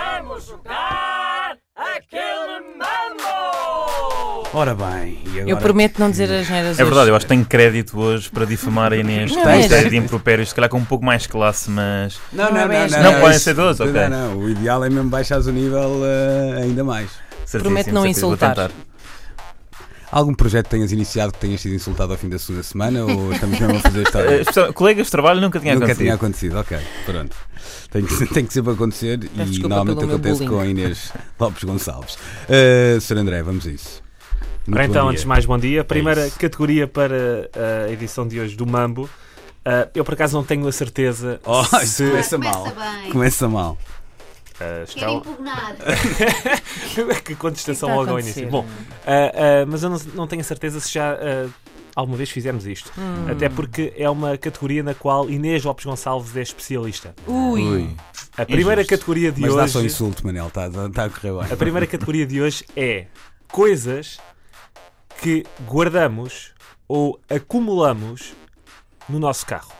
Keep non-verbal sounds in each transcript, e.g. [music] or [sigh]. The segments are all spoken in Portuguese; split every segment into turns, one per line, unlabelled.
Vamos jogar aquele mambo!
Ora bem, e agora?
Eu prometo não dizer as neiras
É verdade, eu acho que tenho crédito hoje para difamar a Inês com uma
mas-
série de impropérios, se calhar com um pouco mais classe, mas.
Não,
é. Não
não,
é
não.
bem
Não,
assim.
Não podem
isso-
ser todos,
não,
ok.
Não, o ideal é mesmo baixares o nível eh, ainda mais.
certíssimo,
Prometo não
certíssimo, vou
insultar.
tentar.
Algum projeto que tenhas iniciado que tenhas sido insultado ao fim da segunda semana ou estamos mesmo a fazer
Eh, [laughs]
história?
especial- colegas de trabalho nunca tinha
Nunca tinha
acontecido.
acontecido, ok, pronto. Tem que, tem que sempre acontecer e
desculpa
normalmente
pelo meu
acontece
bullying.
com a Inês Lopes Gonçalves. Eh, Sr. André, vamos a isso. Muito
Ora
bom
então,
dia. É
antes de mais, bom dia. Primeira
isso.
categoria para uh, a edição de hoje do Mambo. Uh, eu, por acaso, não tenho a certeza
Oh, isso
se...
começa
Começa
mal.
bem.
Começa mal. eh,
Uh, está...
Quero impugnar.
[laughs]
O é que é
que contestação
que está
logo ao
a acontecer?
início. Bom, uh, uh, mas eu não, não tenho a certeza se já uh, alguma vez fizemos isto.
Hum.
Até porque é uma categoria na qual Inês Lopes Gonçalves é especialista.
Ui.
A primeira categoria de
Mas dá só
hoje...
insulto, Manel, está a correr bem.
A primeira categoria de hoje é coisas que guardamos ou acumulamos no nosso carro.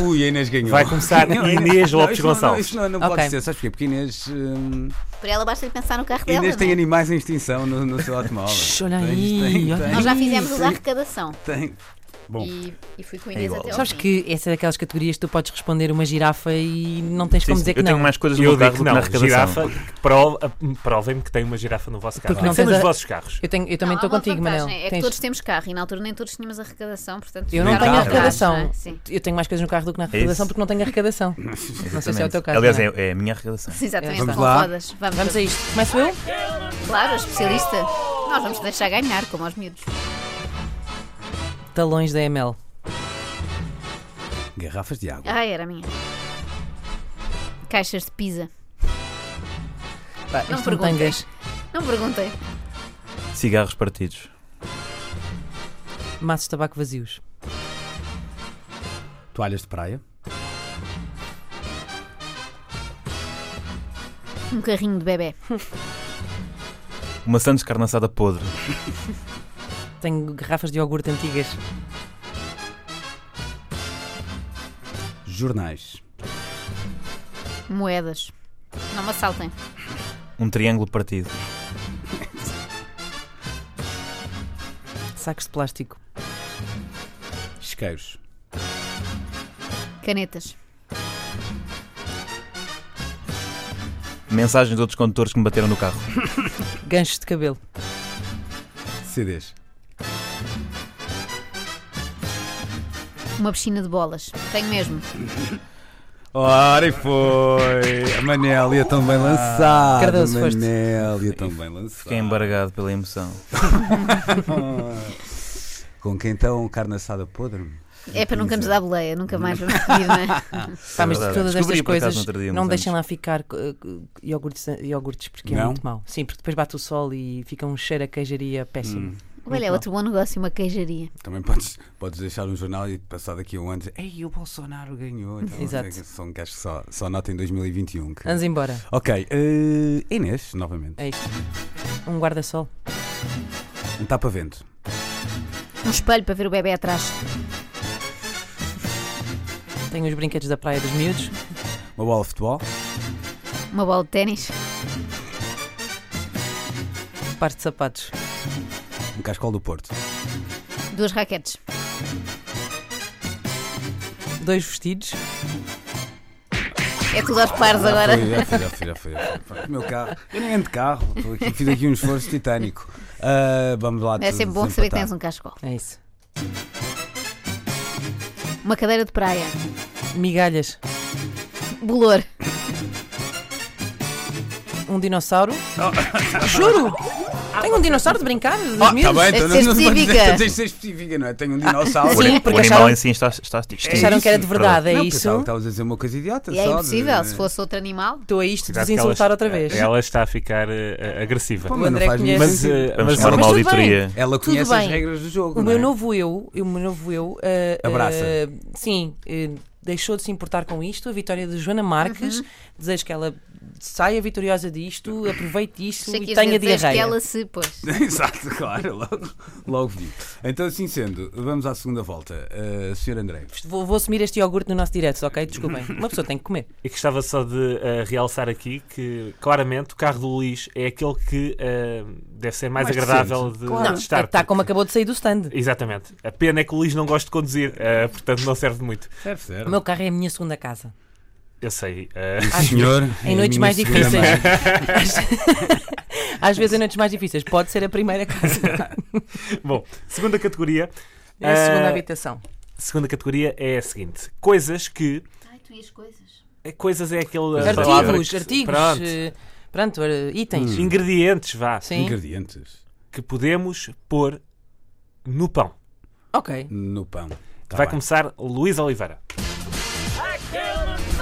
Ui, a Inês ganhou.
Vai começar Inês
Não,
Lopes
isto não- não,
Gonçalves.
Isto não, não
Ok.
pode ser, sabes porquê? Porque Inês, hum,
Para ela basta de pensar no carro dela.
Inês tem
não é?
animais em extinção no, no seu automóvel.
Shhh, olha
Tem-
aí,
tem-
olha
tem-
Nós já fizemos
Sim.
o da arrecadação.
tem- Bom.
E, e fui com Inês
igual.
até ao
Sabes
fim.
que essa é daquelas categorias que tu podes responder uma girafa e não tens
Sim,
como
sim,
dizer que
eu
não.
tenho mais coisas no meu
Eu digo
carro
que
do que na
não,
arrecadação.
girafa, que prov- provem-me que tem uma girafa no vosso carro.
Porque não
Não sei
tens
nos
a-
vossos carros.
Eu, tenho- eu também
Não,
estou
há uma
contigo,
vantagem,
Manel.
É que
Tens-
todos temos carro e na altura nem todos tínhamos arrecadação, portanto.
Eu não
Nem
tenho
carro.
arrecadação.
é? Sim.
Eu tenho mais coisas no carro do que na
É isso.
arrecadação porque não tenho arrecadação. Não sei se é o teu caso.
Aliás,
não é?
é, é a minha arrecadação.
Sim, Exatamente,
Vamos
com
lá.
rodas. Vamos,
Vamos a isto. Começo eu?
Claro, a especialista. Nós vamos deixar ganhar, como aos miúdos.
Talões da ML.
Garrafas de água.
Ah, era a minha. Caixas de pizza.
Pá, isto não
perguntem.
tangas.
Não perguntei.
Cigarros partidos.
Maços de tabaco vazios.
Toalhas de praia.
Um carrinho de bebê.
Uma Santos carne assada podre.
Tenho garrafas de iogurte antigas.
Jornais.
Moedas. Não me assaltem.
Um triângulo partido.
Sacos de plástico.
Isqueiros.
Canetas.
Mensagens de outros condutores que me bateram no carro.
Ganchos de cabelo.
CDs.
Uma piscina de bolas. Tenho mesmo.
Ora e foi! A Manélia tão bem lançada!
Cardoso, foste.
Manélia tão bem lançada!
Fiquei embargado pela emoção.
Com quem então carne assada podre?
É para nunca nos dar boleia, nunca mais vamos pedir, não é?
Pá, mas de
verdade.
todas estas
Descobri, por acaso,
coisas,
no outro dia,
não
uns
deixem lá ficar eh, eh, iogurtes, iogurtes porque é
Não?
muito mau. Sim, porque depois bate o sol e fica um cheiro a queijaria
Hum.
péssimo.
Olha, é outro bom negócio, uma queijaria.
Também podes, podes deixar um jornal e passar daqui a um ano dizer, Ei, o Bolsonaro ganhou! Então,
Exato.
São gajos que só, só nota em 2021. que-
Vamos embora.
Ok, eh, Inês, novamente.
É isto. Um guarda-sol.
Um tapa-vento.
Um espelho para ver o bebê atrás.
Tenho os brinquedos da praia dos miúdos.
Uma bola de futebol.
Uma bola de ténis.
Um par de sapatos.
Um cascol do Porto.
Duas raquetes.
Dois vestidos.
É tudo aos pares agora.
Já foi, já foi, já foi. Já foi. O meu carro. Eu nem ando de carro. Estou aqui, fiz aqui um esforço titânico. Ah, vamos lá. Ah,
É sempre bom saber que tens um cascol.
É isso.
Uma cadeira de praia.
Migalhas.
Bolor.
Um dinossauro. Juro! Tenho um dinossauro de brincar dos
Está
miúdos.
bem, então
Deve
não,
ser
não se pode dizer,
específica.
então [laughs] tens de ser específica, não é? Tenho um dinossauro.
O ani-
porque
o animal
acharam-
em si está, está extinto.
Acharam que era de verdade,
não,
é
então,
isso?
pensava que Estavas a dizer uma coisa idiota.
E é
só de-
impossível, se fosse outro animal.
Estou a isto de vos
Cuidado que ela
insultar
está-
outra vez.
Ela está a ficar eh, agressiva.
Pô,
O
mas não
André
faz nenhum
conhece.
Mas,
sentido.
eh,
Vamos
mas
chamar
olha,
uma
tudo bem.
auditoria.
Ela conhece as
bem.
regras do jogo.
O
não
meu
é?
novo eu, o meu novo eu, eh,
Abraça.
eh,
Uhum.
sim, eh, deixou de se importar com isto. A vitória de Joana Marques. Desejo que ela saia vitoriosa disto, aproveite isto
Sei que
e
ias
tenha
dizer que
diarreia.
ela se pôs.
[laughs] Exato, claro, logo, logo vi. Então, assim sendo, vamos à segunda volta. Uh, Sr. André,
Vou, vou assumir este iogurte no nosso direto, ok? Desculpem. Uma pessoa tem que comer.
E gostava só de eh, realçar aqui que, claramente, o carro do Luís é aquele que eh, deve ser mais,
Mais
agradável de,
Não,
de estar.
está como acabou de sair do stand.
Exatamente. A pena é que o Luís não gosta de conduzir, eh, portanto não serve muito.
serve,
O
serve.
meu carro é a minha segunda casa.
Eu sei. eh,
Senhor, É
Em noites
minha
mais
segunda [laughs]
difíceis.
mãe.
Às, [laughs] às vezes em noites mais difíceis. Pode ser a primeira casa.
[laughs] bom, segunda categoria.
É a segunda
eh,
habitação.
segunda categoria é a seguinte: coisas que.
Ai, tu e as coisas.
eh, Coisas é aquele. a palavra
Artigos,
que-
artigos.
Pronto.
eh, Pronto, eh, itens.
Hum. Ingredientes, vá,
Sim.
Ingredientes
que podemos pôr no pão.
Ok.
no pão. Tá
Vai
bem.
começar Luís Oliveira.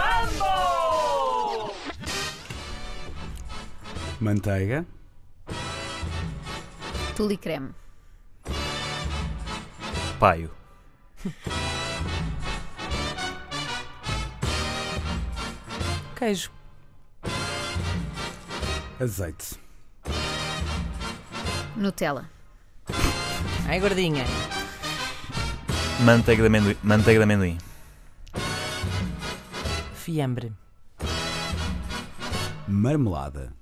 Mambo!
Manteiga,
Tule e creme.
Paio.
Queijo.
azeite,
Nutella.
Ai, gordinha.
Manteiga de amendoim. Manteiga de amendoim.
Fiambre.
marmelada,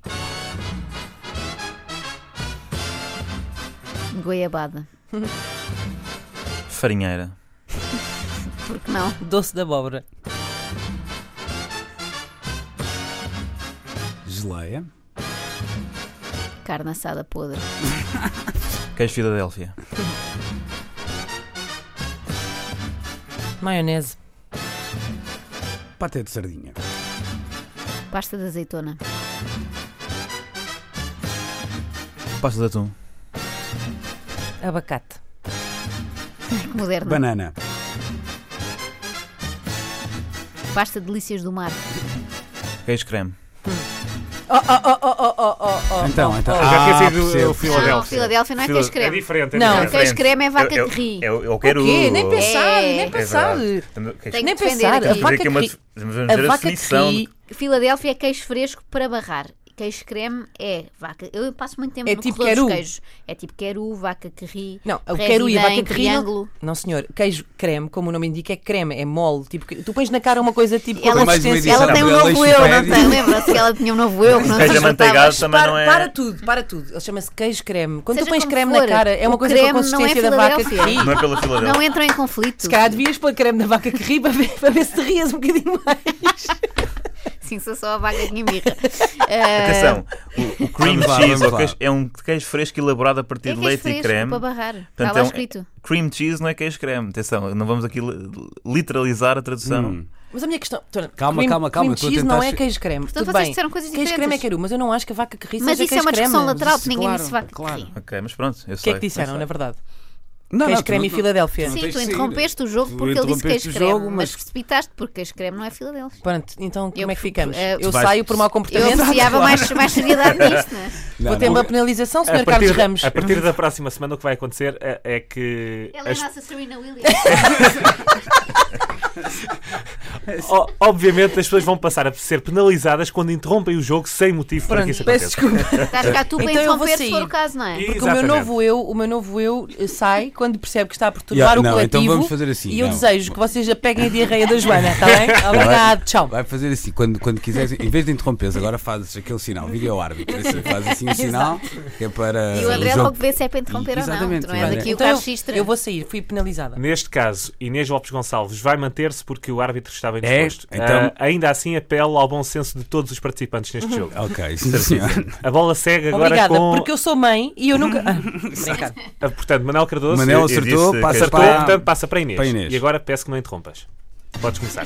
Goiabada.
Farinheira.
Por que não?
Doce de abóbora.
geleia,
Carne assada podre.
Queijo Filadélfia.
Maionese.
patê de sardinha,
Pasta de azeitona. [laughs]
Pasta de atum.
Abacate.
Que Moderna.
banana,
Pasta de delícias do mar.
Queijo creme.
Oh, oh, oh, oh, oh, oh, oh, oh.
Então, então.
Já
Ah,
tinha sido
percebo.
o
Não,
Filadélfia.
Filadélfia não é
Fila-
queijo creme.
diferente.
Não,
diferente.
Queijo creme é vaca de ri.
Eu, eu quero.
O quê? Nem pensar,
É.
nem pensar.
É verdade. Queijo-
Tem
Nem
que defender
pensar.
aqui.
A
Vamos
vaca
ver aqui uma
que-
def- vamos
A
ver a
vaca que
definição de-
ri
Filadélfia é queijo fresco para barrar. Queijo creme é vaca. Eu passo muito tempo
É
no
tipo
corredor dos
queru.
queijos. É tipo queru, vaca que ri.
Não, é o
Residem,
quero ir, vai ter que rir.
triângulo.
Não, não, senhor, queijo creme, como o nome indica, é creme, é mole. Tipo, que- tu pões na cara uma coisa tipo com
Ela,
mais uma
consistência.
edição
ela tem um
da
novo eu, não
Leixopédia.
tem? Lembra-se que ela tinha um novo eu que não se
Queijo
suportava.
amanteigado também
para,
não é.
para tudo, para tudo. Ele chama-se queijo creme. Quando
Seja
tu pões
como
creme
for,
na cara, é uma
o
coisa com a
creme não é
consistência da vaca que
Não
Filadélfia.
ri.
é pela Filadélfia.
Não entram em conflito.
Se calhar devias pôr creme na vaca que ri para ver, para ver se te rias um bocadinho mais.
Sim, sou só a vaca
[laughs]
que Eh, embirra.
Atenção, o, o cream
Vamos lá,
cheese
vamos
ou
lá.
queijo- é um queijo fresco elaborado a partir
É
de
que
leite
és
e
fresco
creme.
para barrar. Está
Portanto,
lá
é um-
escrito.
Cream cheese não é queijo creme. Atenção, não vamos aqui li- literalizar a tradução.
Mas a minha questão. doutora,
Calma,
cream-
calma, calma,
cream
estou a
cheese
tentar
não é
che-
queijo creme.
Portanto,
Tudo
vocês
bem.
disseram coisas
Queijo creme é
diferentes.
quero, mas eu não acho que a vaca que ri
Mas
seja
isso é uma
queijo
discussão
creme.
lateral, porque ninguém
claro,
disse vaca que
claro.
ri.
Ok, mas pronto, eu
O que
sei.
é que disseram,
eu
na
sei.
verdade?
Não,
Queijo
tu
creme e
não-
Filadélfia.
Não
Sim,
tens
tu
de sair.
interrompeste o jogo
Tu
porque ele disse
interrompeste
queijo
o
creme,
jogo,
mas
mas-
precipitaste porque queijo creme não é Filadélfia.
Pronto, então como
Eu-
é que ficamos?
eh,
eu
vais-
saio por mau
Eu
comportamento.
associava mais, mais seriedade nisto, não é?
Não,
Vou ter
não.
uma penalização, Sr.
A
Carlos
partir,
Ramos.
a partir da próxima semana, o que vai acontecer é, é que.
Ela é a
as-
nossa Serena Williams.
o- obviamente, as pessoas vão passar a ser penalizadas quando interrompem o jogo sem motivo para que isso
Pronto, peço
aconteça.
desculpa.
Estás cá tu para
Então eu vou
interromper se for
sair.
o caso, não é?
E-
Porque o meu,
Exatamente.
novo eu, o meu novo eu eh, sai quando percebe que está a perturbar
Yeah,
o
não,
coletivo.
então vamos fazer assim,
E eu
não.
desejo que vocês já peguem a diarreia da Joana, está bem? Obrigado, tchau.
Vai fazer assim, quando, quando quiseres, em vez de interromperes, agora fazes aquele sinal, vídeo árbitro, assim, faz
[laughs]
assim um sinal, que é para.
E o André
jogo.
logo vê se é para interromper ou não.
Exatamente,
Tu não és
André.
aqui o
Então eu,
cachista.
eu vou sair, fui penalizada.
Neste caso, Inês Lopes Gonçalves vai manter-se porque o árbitro estava indisposto.
Então-
Ah, ainda assim, apelo ao bom senso de todos os participantes neste jogo.
Ok, sim, senhor.
A bola segue agora
Obrigada,
com.
porque eu sou mãe e eu nunca. Ah, brincar.
ah, Portanto, Manuel
[laughs]
Cardoso. eh,
Manel
eu disse
acertou,
que
passa
acertou,
Acertou,
para.
portanto, passa para Inês.
para Inês.
E agora peço que não interrompas. Podes começar.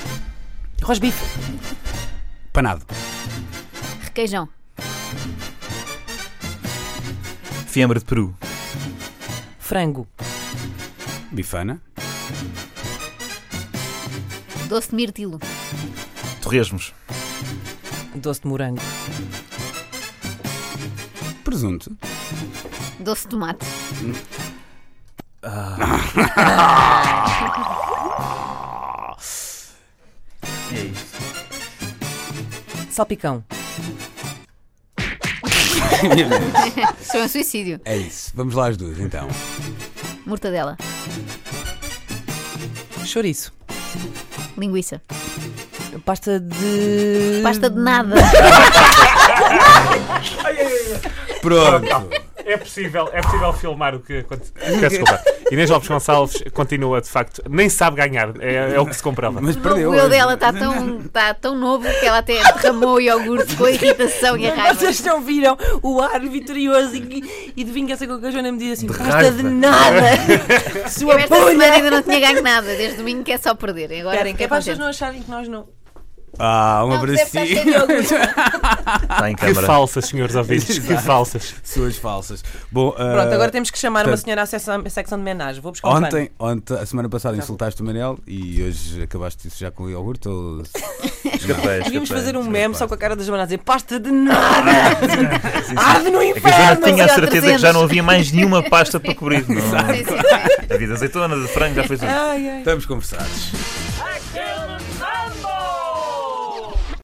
Rosbife,
Panado.
Requeijão.
Fiambre de Peru.
frango,
Bifana.
Doce de mirtilo.
Torresmos.
doce de morango,
Presunto.
Doce de tomate.
É isto.
salpicão,
Obviamente.
Isso é um suicídio.
É isso. Vamos lá às duas então.
Mortadela.
Chouriço.
Linguiça.
Pasta de.
Pasta de nada.
Pronto.
É possível, é possível filmar o que aconteceu. Peço desculpa. Inês Lopes Gonçalves continua, de facto, nem sabe ganhar. É, é o que se comprova.
Mas
O novo
perdeu.
eu
hoje.
dela está tão, tá tão novo que ela até derramou o iogurte com a irritação e a raiva.
Vocês não viram o ar vitorioso e, e de vingança com que a Joana me diz assim: pasta de
raiva."
nada!
Eu
Sua
esta semana
punha!
ainda não tinha ganho nada. Desde domingo que é só perder. Agora
Esperem, que
fiquei
é para as pessoas
contente.
não acharem que nós não.
Ah, um abracinho.
Ah,
Está Tá em
Que
câmara.
falsas, senhores ouvintes, que falsas.
Suas falsas. Bom,
Pronto,
ah,
agora temos que chamar uma
portanto,
senhora à seção- à secção de homenagem. Vou buscar um pano.
Ontem, ontem, a semana passada insultaste o Manel e hoje acabaste isso já com o iogurte ou
Escapei,
Devíamos
escapei,
fazer um
escapei.
meme só com a cara da Joana a dizer pasta de nada! Arde
[laughs]
no
É que a Joana
inferno!
tinha a
Zé
certeza que
300.
já não havia mais nenhuma
[laughs]
pasta para cobrir. Não. é?
Sim, sim, sim.
Havia é de azeitona, de frango, já foi tudo.
Ai, ai.
estamos conversados.